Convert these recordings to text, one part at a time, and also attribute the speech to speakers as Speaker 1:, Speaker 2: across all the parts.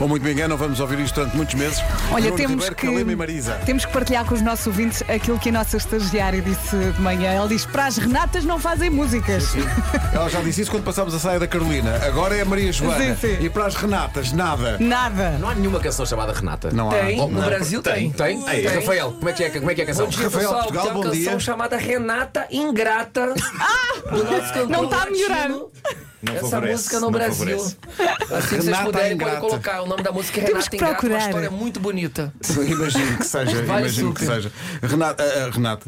Speaker 1: Ou muito me engano, vamos ouvir isto durante muitos meses.
Speaker 2: Olha,
Speaker 1: Nuno
Speaker 2: temos
Speaker 1: Ribeiro,
Speaker 2: que,
Speaker 1: Calema e Marisa.
Speaker 2: temos que partilhar com os nossos ouvintes aquilo que a nossa estagiária disse de manhã. Ela diz: para as Renatas não fazem músicas.
Speaker 1: Ela já disse isso quando passámos a saia da Carolina. Agora é a Maria Joana.
Speaker 2: Sim, sim.
Speaker 1: E para as Renatas, nada.
Speaker 2: Nada.
Speaker 3: Não há nenhuma canção chamada Renata.
Speaker 1: Não há.
Speaker 4: Tem.
Speaker 3: Oh,
Speaker 4: No
Speaker 3: não.
Speaker 4: Brasil tem.
Speaker 3: Tem?
Speaker 4: Tem.
Speaker 3: Rafael, como é que é, como é, que é a canção?
Speaker 4: Bom dia,
Speaker 1: Rafael,
Speaker 4: pessoal.
Speaker 1: Portugal,
Speaker 4: tem uma
Speaker 1: bom
Speaker 4: canção
Speaker 1: dia.
Speaker 4: chamada Renata Ingrata. do nosso cantor
Speaker 2: Não tá a
Speaker 4: latino.
Speaker 2: melhorar.
Speaker 5: Não
Speaker 4: Essa
Speaker 5: favorece,
Speaker 4: música no
Speaker 5: não
Speaker 4: Brasil.
Speaker 5: favorece.
Speaker 4: Assim que vocês
Speaker 1: Renata
Speaker 4: puderem,
Speaker 1: Ingrata.
Speaker 4: podem colocar. O nome da música é
Speaker 2: Temos
Speaker 4: Renata
Speaker 2: que
Speaker 4: Ingrata.
Speaker 2: procurar.
Speaker 4: Uma
Speaker 2: né?
Speaker 4: história muito bonita.
Speaker 1: Imagino que seja,
Speaker 4: Vale
Speaker 1: imagino que
Speaker 4: super.
Speaker 1: seja. Renata, ah, ah, Renata.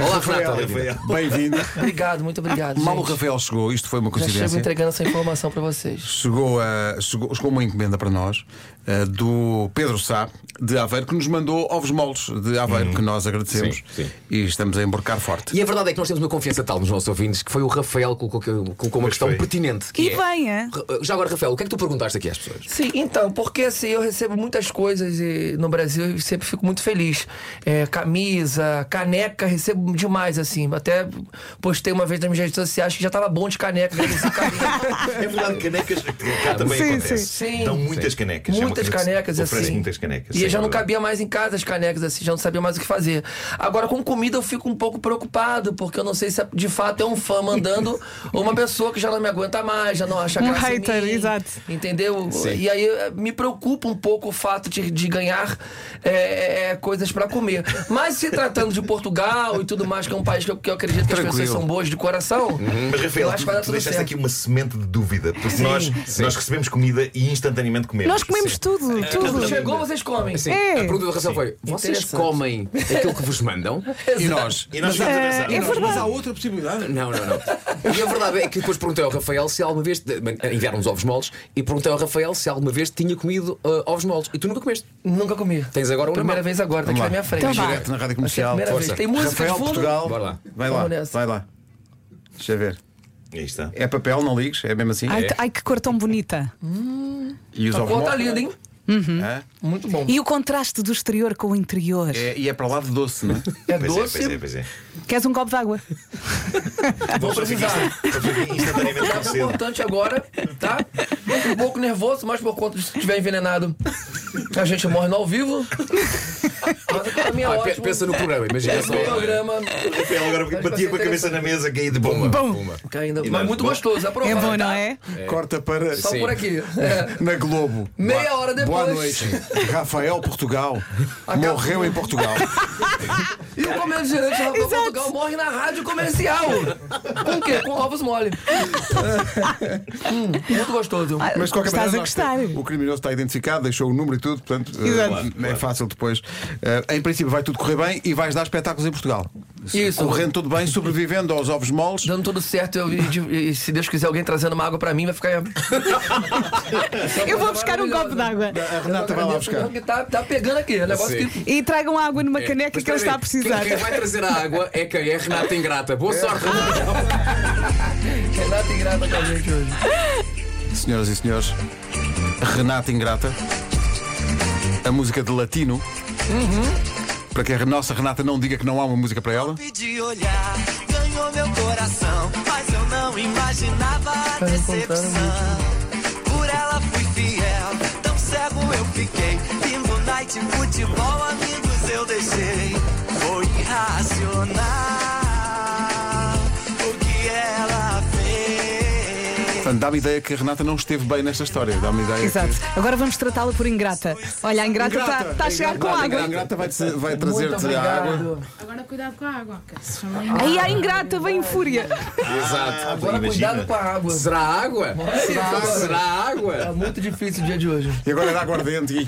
Speaker 3: Olá,
Speaker 1: Rafael,
Speaker 3: Renata.
Speaker 1: bem-vinda.
Speaker 4: Obrigado, muito obrigado.
Speaker 1: Mal o
Speaker 4: gente.
Speaker 1: Rafael chegou, isto foi uma
Speaker 4: Já chego
Speaker 1: coincidência.
Speaker 4: entregando essa informação pra vocês.
Speaker 1: Chegou, a, chegou, chegou uma encomenda para nós eh, do Pedro Sá, de Aveiro, que nos mandou ovos moles de Aveiro, que nós agradecemos
Speaker 3: Uhum. Sim, sim.
Speaker 1: e estamos a emborcar forte.
Speaker 3: E a verdade é que nós temos uma confiança tal nos nossos ouvintes que foi o Rafael que colocou, que colocou uma questão
Speaker 5: foi.
Speaker 3: pertinente. Que
Speaker 2: E
Speaker 3: é-
Speaker 2: bem, é?
Speaker 3: Ra- Já agora, Rafael, o que é que tu perguntaste aqui às pessoas?
Speaker 4: Sim, então, porque assim, eu recebo muitas coisas e, no Brasil e sempre fico muito feliz. É, camisa, caneca, recebo demais, assim. Até postei uma vez nas minhas redes sociais que já tava bom de caneca. já recebi caneca.
Speaker 5: É verdade, canecas cá também
Speaker 2: Sim,
Speaker 5: acontece.
Speaker 4: sim.
Speaker 5: Dão
Speaker 4: Sim.
Speaker 5: muitas canecas.
Speaker 4: Muitas
Speaker 5: é uma coisa que
Speaker 4: canecas,
Speaker 5: se oferece
Speaker 4: assim.
Speaker 5: muitas canecas.
Speaker 4: E
Speaker 5: sim,
Speaker 4: eu já
Speaker 5: é
Speaker 4: não
Speaker 5: verdade.
Speaker 4: cabia mais em casa as canecas, assim, já não sabia mais o que fazer. Agora, com comida, eu fico um pouco preocupado, porque eu não sei se de fato é um fã mandando ou uma pessoa que já não me aguenta mais, já não acha
Speaker 2: Um
Speaker 4: graça em
Speaker 2: hater,
Speaker 4: mim,
Speaker 2: exato.
Speaker 4: Entendeu? E aí eh, me preocupa um pouco o fato de, de ganhar eh, eh, coisas pra comer. Mas se tratando de Portugal e tudo mais, que é um país que eu, que eu acredito que as
Speaker 1: Tranquilo.
Speaker 4: pessoas são boas de coração,
Speaker 5: Mas Rafael,
Speaker 4: eu acho que vai
Speaker 5: tu,
Speaker 4: dar
Speaker 5: tu
Speaker 4: tudo
Speaker 5: deixaste
Speaker 4: certo.
Speaker 5: aqui uma semente de dúvida, porque nós, nós recebemos comida e instantaneamente comemos.
Speaker 2: Nós comemos tudo,
Speaker 1: É,
Speaker 2: tudo.
Speaker 4: Tudo chegou, vocês comem.
Speaker 3: Sim,
Speaker 2: É.
Speaker 3: a pergunta do Rafael foi: vocês
Speaker 4: Interessante.
Speaker 3: comem aquilo que vos mandam?
Speaker 1: E nós?
Speaker 5: E nós estamos a pensar.
Speaker 2: é verdade.
Speaker 1: Mas há outra possibilidade.
Speaker 3: Não, não, não. E a verdade é que depois perguntei ao Rafael se alguma vez. Enviaram-nos ovos moles e perguntei ao Rafael se alguma vez tinha comido ah, ovos moles. E tu nunca comeste.
Speaker 4: Nunca comi.
Speaker 3: Tens agora um na
Speaker 4: Primeira
Speaker 3: mão.
Speaker 4: vez agora, tá
Speaker 1: Vamos
Speaker 4: aqui na
Speaker 1: lá.
Speaker 4: minha frente.
Speaker 2: Então vá.
Speaker 1: Direto na rádio comercial.
Speaker 4: Vai ser
Speaker 1: Força.
Speaker 4: a primeira vez. Tem música
Speaker 1: Rafael
Speaker 4: de fundo?
Speaker 1: Portugal.
Speaker 3: Bora lá.
Speaker 1: Vai lá.
Speaker 4: Vamos nessa.
Speaker 1: Vai lá. Deixa eu ver.
Speaker 5: Aí está.
Speaker 1: É papel, não ligues, é mesmo assim.
Speaker 2: Ai, ai, que cor tão bonita.
Speaker 1: E os
Speaker 4: A
Speaker 1: ovos
Speaker 4: cor tá
Speaker 1: moles.
Speaker 4: linda, hein?
Speaker 1: Hã?
Speaker 4: Muito bom.
Speaker 2: E o contraste do exterior com o interior.
Speaker 1: É, e é para o lado doce, não é?
Speaker 4: É
Speaker 5: Pois
Speaker 4: doce.
Speaker 5: é, pois é, pois é.
Speaker 2: Queres um copo d'água?
Speaker 4: Vou precisar.
Speaker 5: Eu fico Instantaneamente
Speaker 4: É
Speaker 5: com sede.
Speaker 4: importante agora, tá? Um pouco nervoso, mas por conta de se estiver envenenado, a gente morre no ao vivo. Mas pra mim é
Speaker 3: Ah, pe-
Speaker 4: ótimo. É
Speaker 3: pensa no né? programa, imagina.
Speaker 4: Esse
Speaker 3: só.
Speaker 4: programa
Speaker 5: Rafael agora batia com a cabeça na mesa, caí de bomba.
Speaker 3: Uma.
Speaker 4: caindo.
Speaker 5: E
Speaker 4: Mas
Speaker 5: nós,
Speaker 4: muito
Speaker 5: bom.
Speaker 4: gostoso,
Speaker 2: É
Speaker 4: aprovado.
Speaker 2: bom, não é?
Speaker 1: Corta para
Speaker 4: Só
Speaker 3: Sim.
Speaker 4: Então, por aqui. É.
Speaker 1: na Globo.
Speaker 4: Meia
Speaker 1: Boa-
Speaker 4: hora depois.
Speaker 1: Boa noite. Rafael Portugal
Speaker 4: Acabou.
Speaker 1: morreu em Portugal.
Speaker 4: E o comediante Rafael Portugal morre na rádio comercial. Com o quê? Com ovos mole. Hum, muito gostoso.
Speaker 1: Mas de qualquer
Speaker 2: Estás
Speaker 1: maneira,
Speaker 2: a
Speaker 1: nós
Speaker 2: gostar.
Speaker 1: temos- o criminoso está identificado, deixou o número e tudo, portanto eh,
Speaker 2: Exato.
Speaker 1: é fácil depois. Eh, em princípio, vai tudo correr bem e vais dar espetáculos em Portugal.
Speaker 4: Isso.
Speaker 1: Correndo tudo bem, sobrevivendo aos ovos moles.
Speaker 4: Dando tudo certo, eu- e, de- e se Deus quiser alguém trazendo uma água pra mim, vai ficar.
Speaker 2: Eu vou buscar um copo d'água.
Speaker 1: A Renata vai lá buscar.
Speaker 4: Porque Tá, tá pegando aqui. É um negócio
Speaker 3: Sim.
Speaker 4: que.
Speaker 2: E tragam água
Speaker 1: É,
Speaker 2: numa caneca
Speaker 3: É, Mas
Speaker 2: é que ele
Speaker 3: espera
Speaker 2: está
Speaker 3: aí,
Speaker 2: a precisar.
Speaker 3: Quem, quem vai trazer a água é quem? É Ah! a Renata Ingrata. Boa sorte, Renata.
Speaker 4: Renata ingrata com a gente hoje.
Speaker 1: Senhoras e senhores, Renata Ingrata, a música de Latino. Para que a nossa Renata não diga que não há uma música para ela.
Speaker 6: de olhar ganhou meu coração, mas eu não imaginava a decepção. Por ela fui fiel, tão cego eu fiquei. Bingo night, futebol, amigos eu deixei. Foi irracional o que ela fez.
Speaker 1: Portanto, dá-me ideia que a Renata não esteve bem nesta história. Dá-me ideia.
Speaker 2: Exato. Agora vamos tratá-la por ingrata. Olha, a ingrata está a chegar com
Speaker 1: Que... A
Speaker 2: água.
Speaker 1: Ingrata vai, vai
Speaker 4: Muito
Speaker 1: trazer-te a
Speaker 4: obrigado.
Speaker 1: água.
Speaker 7: Agora cuidado com a água, que se chama engano.
Speaker 2: Aí a ingrata vem em fúria.
Speaker 3: Exato.
Speaker 4: Agora cuidado com a água.
Speaker 3: Ah, Será água?
Speaker 4: Será água?
Speaker 3: Será
Speaker 4: Tá
Speaker 3: água?
Speaker 4: muito difícil o dia de hoje.
Speaker 1: E agora era aguardente. E...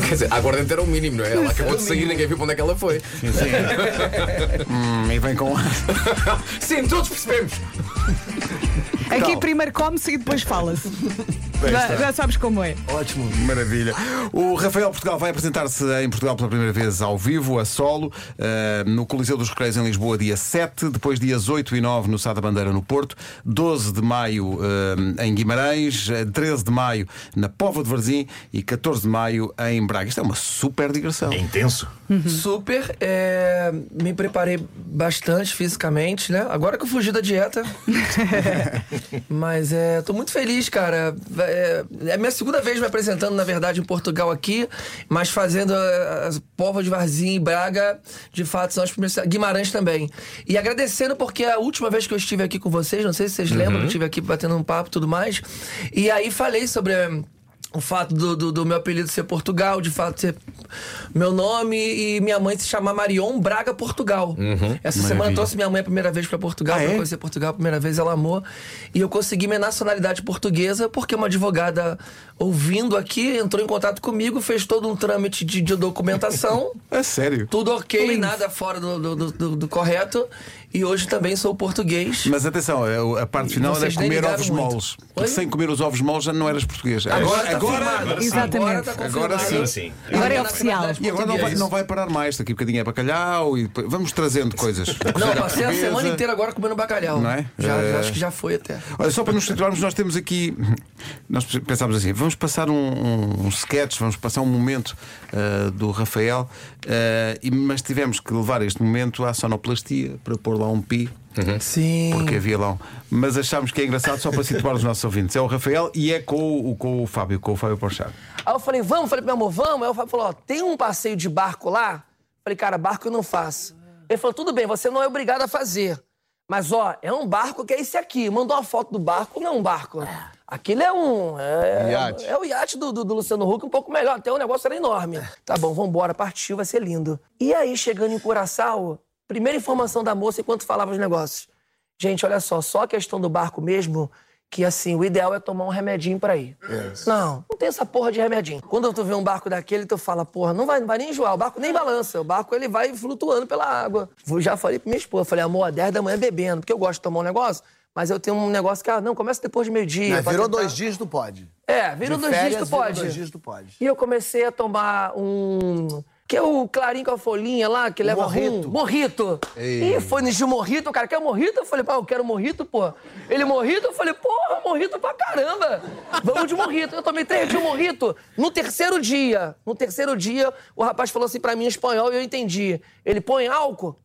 Speaker 3: Quer dizer, a aguardente era o mínimo, não é? Ela acabou de sair, ninguém viu para onde é que ela foi.
Speaker 1: Hum, e vem com.
Speaker 3: Sim, todos percebemos.
Speaker 2: Aqui primeiro come-se e depois fala-se. Já, já sabes como é.
Speaker 1: Ótimo. Maravilha. O Rafael Portugal vai apresentar-se em Portugal pela primeira vez ao vivo, a solo, eh, no Coliseu dos Recreios em Lisboa, dia 7, depois dias 8 e 9 no Sá da Bandeira, no Porto, 12 de maio eh, em Guimarães, eh, 13 de maio na Póvoa de Varzim e 14 de maio em Braga. Isto é uma super digressão.
Speaker 5: É intenso.
Speaker 4: Super, é, me preparei bastante fisicamente, né? Agora que eu fugi da dieta. Mas é, tô muito feliz, cara. é, é a minha segunda vez me apresentando, na verdade, em Portugal aqui, mas fazendo eh, as povas de Varzim e Braga, de fato, são as primeiras. Guimarães também. E agradecendo, porque a última vez que eu estive aqui com vocês, não sei se vocês lembram, eu estive aqui batendo um papo e tudo mais. E aí falei sobre. eh, o fato do, do, do meu apelido ser Portugal, de fato ser meu nome e minha mãe se chamar Marion Braga Portugal. Essa semana eu trouxe minha mãe a primeira vez pra Portugal,
Speaker 1: Uhum. Ah,
Speaker 4: pra
Speaker 1: é?
Speaker 4: conhecer Portugal a primeira vez, ela amou. E eu consegui minha nacionalidade portuguesa porque uma advogada ouvindo aqui entrou em contato comigo, fez todo um trâmite de, de documentação.
Speaker 1: É sério.
Speaker 4: Tudo ok, nada fora do, do, do- do- do correto. E hoje também sou português.
Speaker 1: Mas atenção, a- a parte final era
Speaker 4: Vocês nem
Speaker 1: comer
Speaker 4: ligaram
Speaker 1: ovos
Speaker 4: muito.
Speaker 1: moles.
Speaker 4: Oi?
Speaker 1: Porque sem comer os ovos moles já não eras português. Agora,
Speaker 4: tá
Speaker 1: agora-
Speaker 4: confirmado.
Speaker 5: agora sim.
Speaker 2: Exatamente.
Speaker 4: Agora tá
Speaker 1: Agora
Speaker 4: confirmado.
Speaker 5: Agora sim.
Speaker 2: Agora é oficial.
Speaker 1: e agora não vai, não vai parar mais. Daqui a bocadinho é bacalhau e depois- vamos trazendo coisas. Cozinha
Speaker 4: Não, passei a
Speaker 1: portuguesa.
Speaker 4: semana inteira agora comendo bacalhau.
Speaker 1: é? Não é?
Speaker 4: Já,
Speaker 1: É.
Speaker 4: Acho que já foi até.
Speaker 1: Olha, só para nos situarmos, nós temos aqui. Nós pensámos assim: vamos passar um, um, um sketch, vamos passar um momento ah, do Rafael, ah, e, mas tivemos que levar este momento à sonoplastia para pôr lá um pi,
Speaker 4: Uhum. Sim.
Speaker 1: porque havia lá um. Mas achámos que é engraçado só para situar os nossos ouvintes. É o Rafael e é com o, com o Fábio, com o Fábio Porchat.
Speaker 4: Aí eu falei, vamos, falei pro meu amor, vamos. Aí o Fábio falou, ó, tem um passeio de barco lá? Falei, cara, barco eu não faço. Ele falou, tudo bem, você não é obrigado a fazer. Mas, ó, é um barco que é esse aqui. Mandou uma foto do barco, não é um barco. Aquilo é um. É,
Speaker 8: Iate.
Speaker 4: é o iate do, do- do Luciano Huck, um pouco melhor. Até o negócio era
Speaker 1: É.
Speaker 4: enorme. Tá bom, vambora, partiu, vai ser lindo. E aí, chegando em Curaçao, primeira informação da moça enquanto falava os negócios. Gente, olha só, só a questão do barco mesmo, que assim, o ideal é tomar um remedinho pra ir. Não, não tem essa porra de remedinho. Quando tu vê um barco daquele, tu fala, porra, não vai, não vai nem enjoar, o barco nem balança, o barco ele vai flutuando pela água. Vou- Já falei pra minha esposa, falei, amor, 10 da manhã bebendo, porque eu gosto de tomar um negócio, mas eu tenho um negócio que, ah, não, começa depois de meio-dia.
Speaker 8: Não,
Speaker 4: pra
Speaker 8: virou
Speaker 4: tentar."
Speaker 8: dois dias, tu pode.
Speaker 4: É, virou
Speaker 8: De
Speaker 4: dois dias,
Speaker 8: férias,
Speaker 4: tu
Speaker 8: virou
Speaker 4: pode.
Speaker 8: dois dias, tu pode.
Speaker 4: E eu comecei a tomar um. Que é o clarinho com a folhinha lá, que leva
Speaker 8: morrito.
Speaker 4: rum. Morrito. E foi no de morrito, o cara quer morrito? Eu falei, pá, eu quero morrito, pô. Ele morrito? Eu falei, porra, morrito pra caramba. Vamos de morrito. Eu tomei três de morrito. No terceiro dia, no terceiro dia, o rapaz falou assim pra mim em espanhol e eu entendi. Ele põe álcool?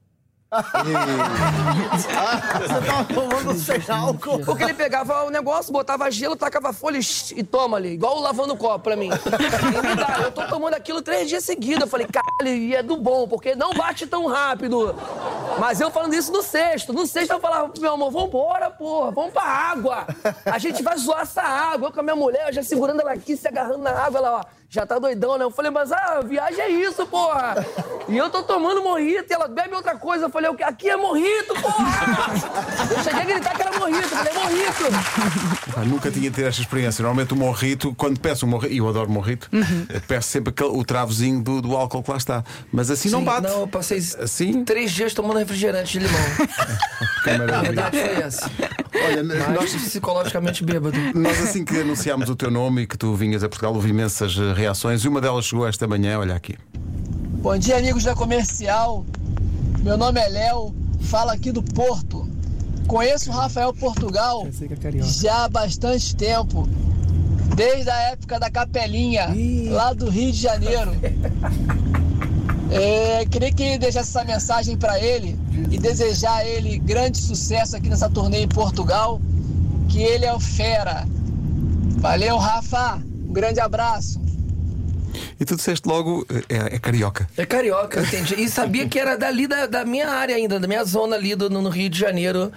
Speaker 8: Você tá tomando sem álcool.
Speaker 4: Porque ele pegava o negócio, botava gelo, tacava folha e shh, e toma ali. Igual lavando o copo pra mim. E me dá, eu tô tomando aquilo três dias seguidos. Eu falei, caralho, e é do bom, porque não bate tão rápido. Mas eu falando isso no sexto. No sexto eu falava pro meu amor, vambora, porra, vamos pra água. A gente vai zoar essa água. Eu com a minha mulher, eu já segurando ela aqui, se agarrando na água, ela, ó, já tá doidão, né? Eu falei, mas a viagem é isso, porra. E eu tô tomando morrito e ela bebe outra coisa. Eu falei, o quê? aqui é morrito, porra! Eu cheguei a gritar que era morrito, eu falei, é morrito!
Speaker 1: Pá, nunca tinha tido esta experiência. Normalmente o morrito, quando peço um morrito, e eu adoro morrito, peço sempre aquele- o travozinho do, do álcool que lá está. Mas assim não bate.
Speaker 4: Não, eu passei
Speaker 1: Assim?
Speaker 4: três dias tomando refrigerante de limão.
Speaker 1: Que
Speaker 4: A
Speaker 1: maravilha.
Speaker 4: verdade foi essa.
Speaker 1: Olha, nós,
Speaker 4: Mas psicologicamente bêbado.
Speaker 1: nós assim que anunciámos o teu nome e que tu vinhas a Portugal, houve imensas eh, reações e uma delas chegou esta manhã, olha aqui.
Speaker 9: Bom dia, amigos da Comercial. Meu nome é Léo, falo aqui do Porto. Conheço o Rafael Portugal já há bastante tempo, desde a época da Capelinha, lá do Rio de Janeiro. É, queria que ele deixasse essa mensagem para ele e desejar a ele grande sucesso aqui nessa turnê em Portugal, que ele é o fera. Valeu, Rafa. Um grande abraço.
Speaker 1: E tu disseste logo, eh, é, é carioca.
Speaker 4: É carioca, entendi. E sabia que era dali da, da minha área ainda, da minha zona ali do, no Rio de Janeiro.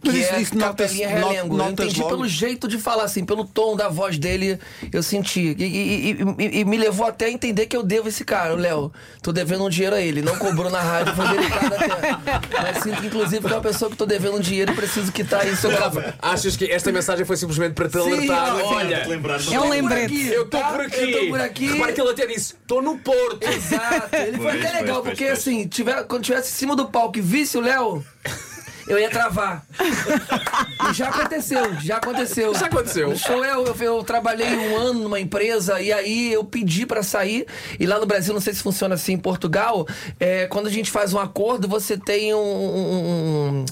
Speaker 4: Que
Speaker 1: Mas isso-
Speaker 4: é
Speaker 1: isso notas-
Speaker 4: Capelinha
Speaker 1: not-
Speaker 4: Relengo. eu
Speaker 1: notas
Speaker 4: entendi
Speaker 1: logo?
Speaker 4: pelo jeito de falar, assim, pelo tom da voz dele, eu senti. E, e- e- e- e me levou até a entender que eu devo esse cara, o Léo. Tô devendo um dinheiro a ele. Não cobrou na rádio, foi delicado até. Mas sinto, inclusive, que é uma pessoa que tô devendo um dinheiro e preciso quitar isso.
Speaker 3: Rafa, achas que esta mensagem foi simplesmente para te alertar?
Speaker 4: não,
Speaker 3: Olha,
Speaker 2: É um lembrete.
Speaker 3: eu estou por aqui.
Speaker 4: tá? Eu tô por aqui.
Speaker 3: Repara que ele até disse: estou no Porto.
Speaker 4: Exato. Ele foi
Speaker 5: Pois,
Speaker 4: até
Speaker 5: pois,
Speaker 4: legal,
Speaker 5: pois,
Speaker 4: porque
Speaker 5: pois.
Speaker 4: assim, tiver, quando tivesse em cima do palco e visse o Léo, eu ia travar. E já aconteceu, já aconteceu.
Speaker 3: Já aconteceu.
Speaker 4: No show eu, eu, eu trabalhei um ano numa empresa e aí eu pedi pra sair. E lá no Brasil, não sei se funciona assim, em Portugal, é, quando a gente faz um acordo, você tem um. um- um-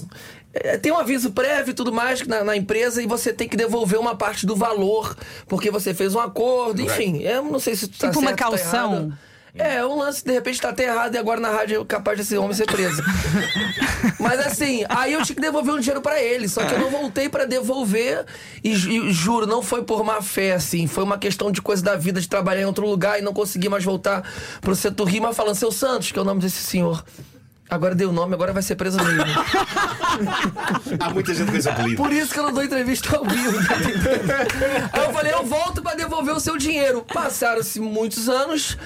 Speaker 4: é, tem um aviso prévio e tudo mais na, na empresa e você tem que devolver uma parte do valor porque você fez um acordo, enfim. Eu não sei se tu tá
Speaker 2: Tipo uma
Speaker 4: certo, tá
Speaker 2: caução.
Speaker 4: errado. É, um lance, de repente tá até errado e agora na rádio eu capaz desse homem ser preso. Mas assim, aí eu tinha que devolver um dinheiro pra ele, só que eu não voltei pra devolver e, ju- e juro, não foi por má fé, assim, foi uma questão de coisa da vida, de trabalhar em outro lugar e não consegui mais voltar pro setor Rima falando, seu Santos, que é o nome desse senhor. Agora deu o nome, agora vai ser preso mesmo.
Speaker 5: Há muita gente com esse apelido.
Speaker 4: Por isso que eu não dou entrevista ao vivo, tá entendendo? Aí eu falei, eu volto pra devolver o seu dinheiro. Passaram-se muitos anos,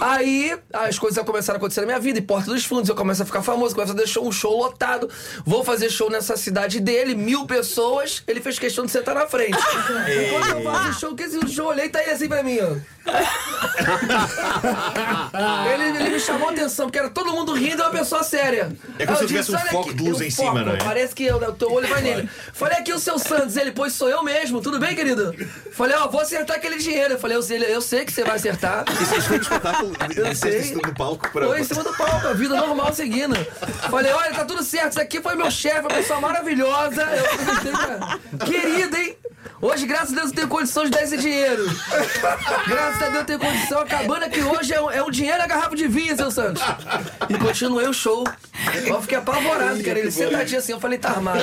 Speaker 4: aí as coisas começaram a acontecer na minha vida, e Porta dos Fundos, eu começo a ficar famoso, começo a deixar um show lotado. Vou fazer show nessa cidade dele, mil pessoas, ele fez questão de sentar na frente. Quando eu faço o show, que esse show eu olhei, tá ele assim pra mim, ó. ele, ele me chamou a atenção, porque era todo mundo rindo, é uma pessoa séria.
Speaker 5: É como
Speaker 4: Aí
Speaker 5: se
Speaker 4: eu
Speaker 5: tivesse
Speaker 4: disse,
Speaker 5: um
Speaker 4: "Olha
Speaker 5: foco
Speaker 4: aqui,
Speaker 5: de luz
Speaker 4: um
Speaker 5: em cima,
Speaker 4: foco,
Speaker 5: não é?
Speaker 4: parece Parece que eu- né, o teu olho vai nele. Falei, aqui o seu Santos, ele, pois sou eu mesmo, tudo bem, querido? Falei, ó, vou acertar aquele dinheiro. Eu falei, eu sei, eu sei que você vai acertar.
Speaker 5: Isso foi um espetáculo. Disseste
Speaker 4: sei.
Speaker 5: isso tudo no palco para.
Speaker 4: Foi em cima do palco, a vida normal seguindo. Falei, olha, tá tudo certo, isso aqui foi meu chefe, uma pessoa maravilhosa. Eu aproveitei pra... Querida, hein? Hoje, graças a Deus, eu tenho condição de dar esse dinheiro. Graças a Deus, eu tenho condição. Acabando que hoje é um, é um dinheiro a garrafa de vinho, seu Santos. E continuei o show. Eu fiquei apavorado, cara. Ele sentadinho assim, eu falei, tá armado.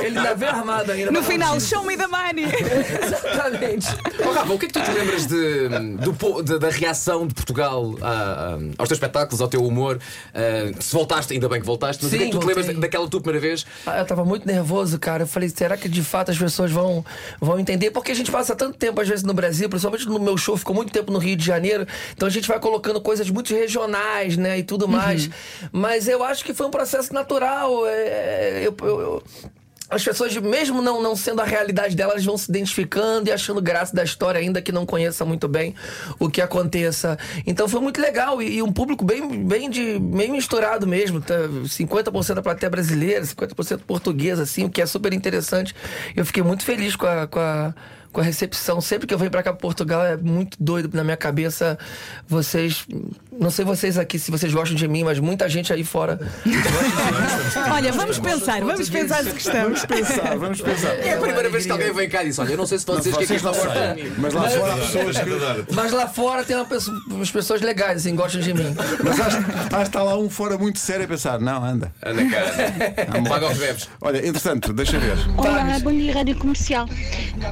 Speaker 4: Ele ainda veio armado ainda.
Speaker 2: No final, show me the money.
Speaker 4: Exatamente.
Speaker 3: Oh, Rafa, o que é que tu te lembras de, do po- de- da reação de Portugal a- a- aos teus espetáculos, ao teu humor? Ah, se voltaste, ainda bem que voltaste, mas
Speaker 4: Sim,
Speaker 3: o que é que tu te
Speaker 4: voltei.
Speaker 3: lembras da- daquela tua primeira vez?
Speaker 4: Ah, Eu tava muito nervoso, cara. Eu falei, será que de fato as pessoas vão, vão entender? Porque a gente passa tanto tempo, às vezes, no Brasil, principalmente no meu show, ficou muito tempo no Rio de Janeiro, então a gente vai colocando coisas muito regionais, né? E tudo mais. Mas eu acho que foi um processo natural. é, eu- eu- eu- as pessoas, mesmo não, não sendo a realidade delas, vão se identificando e achando graça da história, ainda que não conheça muito bem o que aconteça. Então foi muito legal e, e um público bem, bem, de, bem misturado mesmo. Tá? 50% da plateia brasileira, 50% portuguesa, assim, o que é super interessante. Eu fiquei muito feliz com a. Com a com a recepção, sempre que eu venho pra cá pra Portugal é muito doido na minha cabeça. Vocês, não sei vocês aqui se vocês gostam de mim, mas muita gente aí fora
Speaker 2: Olha, vamos pensar, vamos pensar se gostamos.
Speaker 1: Pensar, vamos pensar.
Speaker 3: É a primeira vez que alguém vem cá e diz: Olha, eu não sei se vocês que é que
Speaker 1: Vocês
Speaker 3: isto
Speaker 1: não
Speaker 3: gosta de
Speaker 1: sabem,
Speaker 3: mim.
Speaker 1: mas lá fora há pessoas que.
Speaker 5: Adoro-te.
Speaker 4: Mas lá fora tem uma pessoa- umas pessoas legais, assim, gostam de mim.
Speaker 1: Mas acho acho que está lá um fora muito sério a pensar, não, anda.
Speaker 3: Anda cá, paga os bebes.
Speaker 1: Olha, entretanto, deixa ver.
Speaker 10: Olá, bom dia, Rádio Comercial.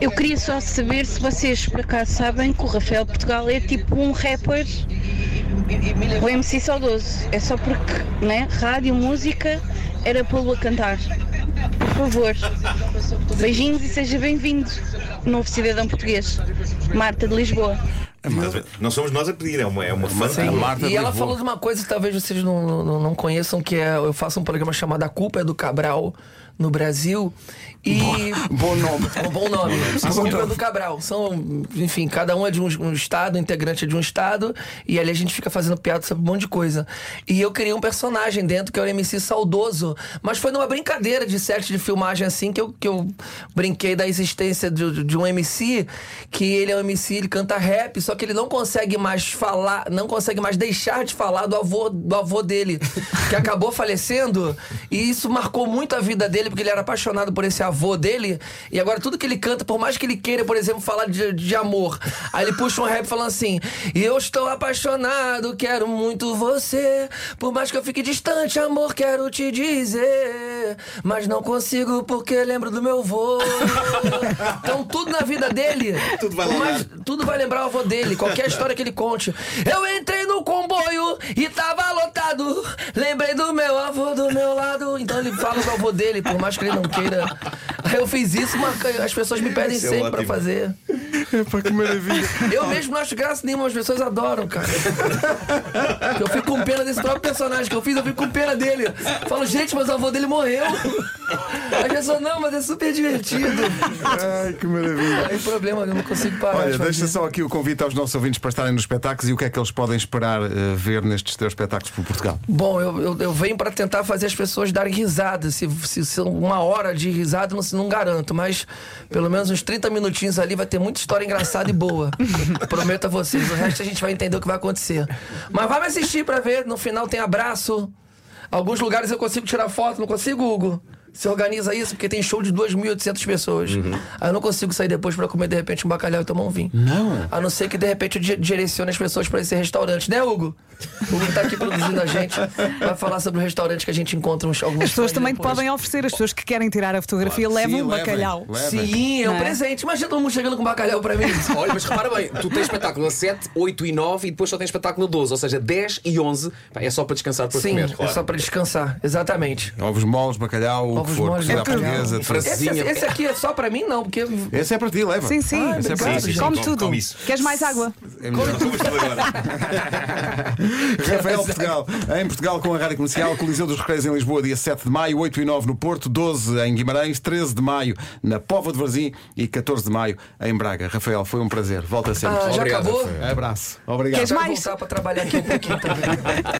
Speaker 10: Eu queria só saber se vocês por acaso sabem que o Rafael Portugal é tipo um rapper, o MC Saudoso. É só porque, né, rádio, música, era pô-lo a cantar. Por favor. Beijinhos e seja bem-vindo, novo cidadão português. Marta de Lisboa.
Speaker 5: Estás a ver? Não somos nós a pedir, é uma, é uma fã.
Speaker 1: A Marta
Speaker 4: E
Speaker 1: de
Speaker 4: ela
Speaker 1: Lisboa.
Speaker 4: falou de uma coisa que talvez vocês não, não, não conheçam, que é eu faço um programa chamado A Culpa é do Cabral no Brasil. E.
Speaker 1: Bom nome.
Speaker 4: É um bom nome. A culpa é do Cabral. São, enfim, cada um é de um, um estado, integrante é de um estado, e ali a gente fica fazendo piada sobre um monte de coisa. E eu criei um personagem dentro que era o MC Saudoso, mas foi numa brincadeira de set de filmagem assim que eu, que eu brinquei da existência de, de um MC, que ele é um MC, ele canta rap, só que ele não consegue mais falar, não consegue mais deixar de falar do avô, do avô dele, que acabou falecendo, e isso marcou muito a vida dele, porque ele era apaixonado por esse avô dele, e agora tudo que ele canta, por mais que ele queira, por exemplo, falar de, de amor, aí ele puxa um rap falando assim: E eu estou apaixonado, quero muito você, por mais que eu fique distante, amor, quero te dizer, mas não consigo porque lembro do meu avô. então tudo na vida dele,
Speaker 5: Tudo vai né?
Speaker 4: por
Speaker 5: lembrar.
Speaker 4: mais- tudo vai lembrar o avô dele, qualquer história que ele conte. Eu entrei no comboio e tava lotado. Lembrei do meu avô do meu lado. Então ele fala do avô dele, por mais que ele não queira. Eu fiz isso, mas as pessoas me pedem
Speaker 5: Isso é
Speaker 4: sempre pra
Speaker 5: ótimo.
Speaker 4: fazer.
Speaker 1: Epá, que maravilha.
Speaker 4: Eu mesmo não acho graça nenhuma, as pessoas adoram, cara. Eu fico com pena desse próprio personagem que eu fiz, eu fico com pena dele. Falo, gente, mas o avô dele morreu. As pessoas, não, mas é super divertido.
Speaker 1: Ai, que maravilha.
Speaker 4: Não tem problema, eu não consigo parar.
Speaker 1: Olha,
Speaker 4: de
Speaker 1: deixa
Speaker 4: fazer.
Speaker 1: só aqui o convite aos nossos ouvintes para estarem nos espetáculos e o que é que eles podem esperar eh, ver nestes teus espetáculos por Portugal.
Speaker 4: Bom, eu, eu, eu venho para tentar fazer as pessoas darem risada. Se, se, se uma hora de risada, não, se- não garanto, mas pelo menos uns 30 minutinhos ali vai ter muita história engraçada e boa. Prometo a vocês. O resto a gente vai entender o que vai acontecer. Mas vai me assistir para ver. No final tem abraço. Alguns lugares eu consigo tirar foto, não consigo, Hugo. Se organiza isso porque tem show de 2.800 pessoas. Aí eu não consigo sair depois pra comer de repente um bacalhau e tomar um vinho.
Speaker 1: Não.
Speaker 4: A não ser que de repente eu di- direcione as pessoas pra esse restaurante, né, Hugo? O Hugo tá aqui produzindo a gente. Vai falar sobre o restaurante que a gente encontra uns, alguns
Speaker 2: As pessoas
Speaker 4: fãs
Speaker 2: também te
Speaker 4: depois.
Speaker 2: podem oferecer, as pessoas que querem tirar a fotografia
Speaker 1: Claro,
Speaker 2: levam
Speaker 1: sim,
Speaker 2: um
Speaker 1: levem,
Speaker 2: bacalhau.
Speaker 1: levem.
Speaker 4: Sim, é um
Speaker 2: Não é?
Speaker 4: presente. Imagina todo mundo chegando com bacalhau pra mim.
Speaker 3: Olha, mas repara bem, tu tens espetáculo a 7, 8 e 9 e depois só tens espetáculo a 12, ou seja, 10 e 11 pá, é só para descansar depois de
Speaker 4: Sim,
Speaker 3: comer.
Speaker 4: é só pra descansar. Exatamente.
Speaker 1: Ovos moles, bacalhau, o que
Speaker 4: Ovos
Speaker 1: for,
Speaker 4: moles,
Speaker 1: cozida à
Speaker 4: bacalhau. É
Speaker 1: portuguesa, tudo.
Speaker 3: Francesinha.
Speaker 4: Esse, esse aqui é só pra mim, não, porque.
Speaker 1: Esse é para ti, leva.
Speaker 2: Sim, sim.
Speaker 1: Esse é para
Speaker 5: obrigado.
Speaker 1: ti.
Speaker 5: Sim, sim,
Speaker 2: Come
Speaker 5: sim,
Speaker 2: tudo.
Speaker 5: come isso.
Speaker 2: Queres mais água?
Speaker 1: É melhor. Rafael Portugal, em Portugal com a Rádio Comercial, Coliseu dos Recreios em Lisboa, dia 7 de maio, 8 e 9 no Porto, 12 em Guimarães, 13 de maio na Póvoa de Varzim e 14 de maio em Braga. Rafael, foi um prazer. Volta sempre.
Speaker 4: Ah, já é
Speaker 3: Obrigado,
Speaker 4: acabou?
Speaker 3: Rafael.
Speaker 1: Abraço. Obrigado.
Speaker 2: Queres
Speaker 4: Quero
Speaker 2: mais?
Speaker 4: voltar pra trabalhar aqui um pouquinho também.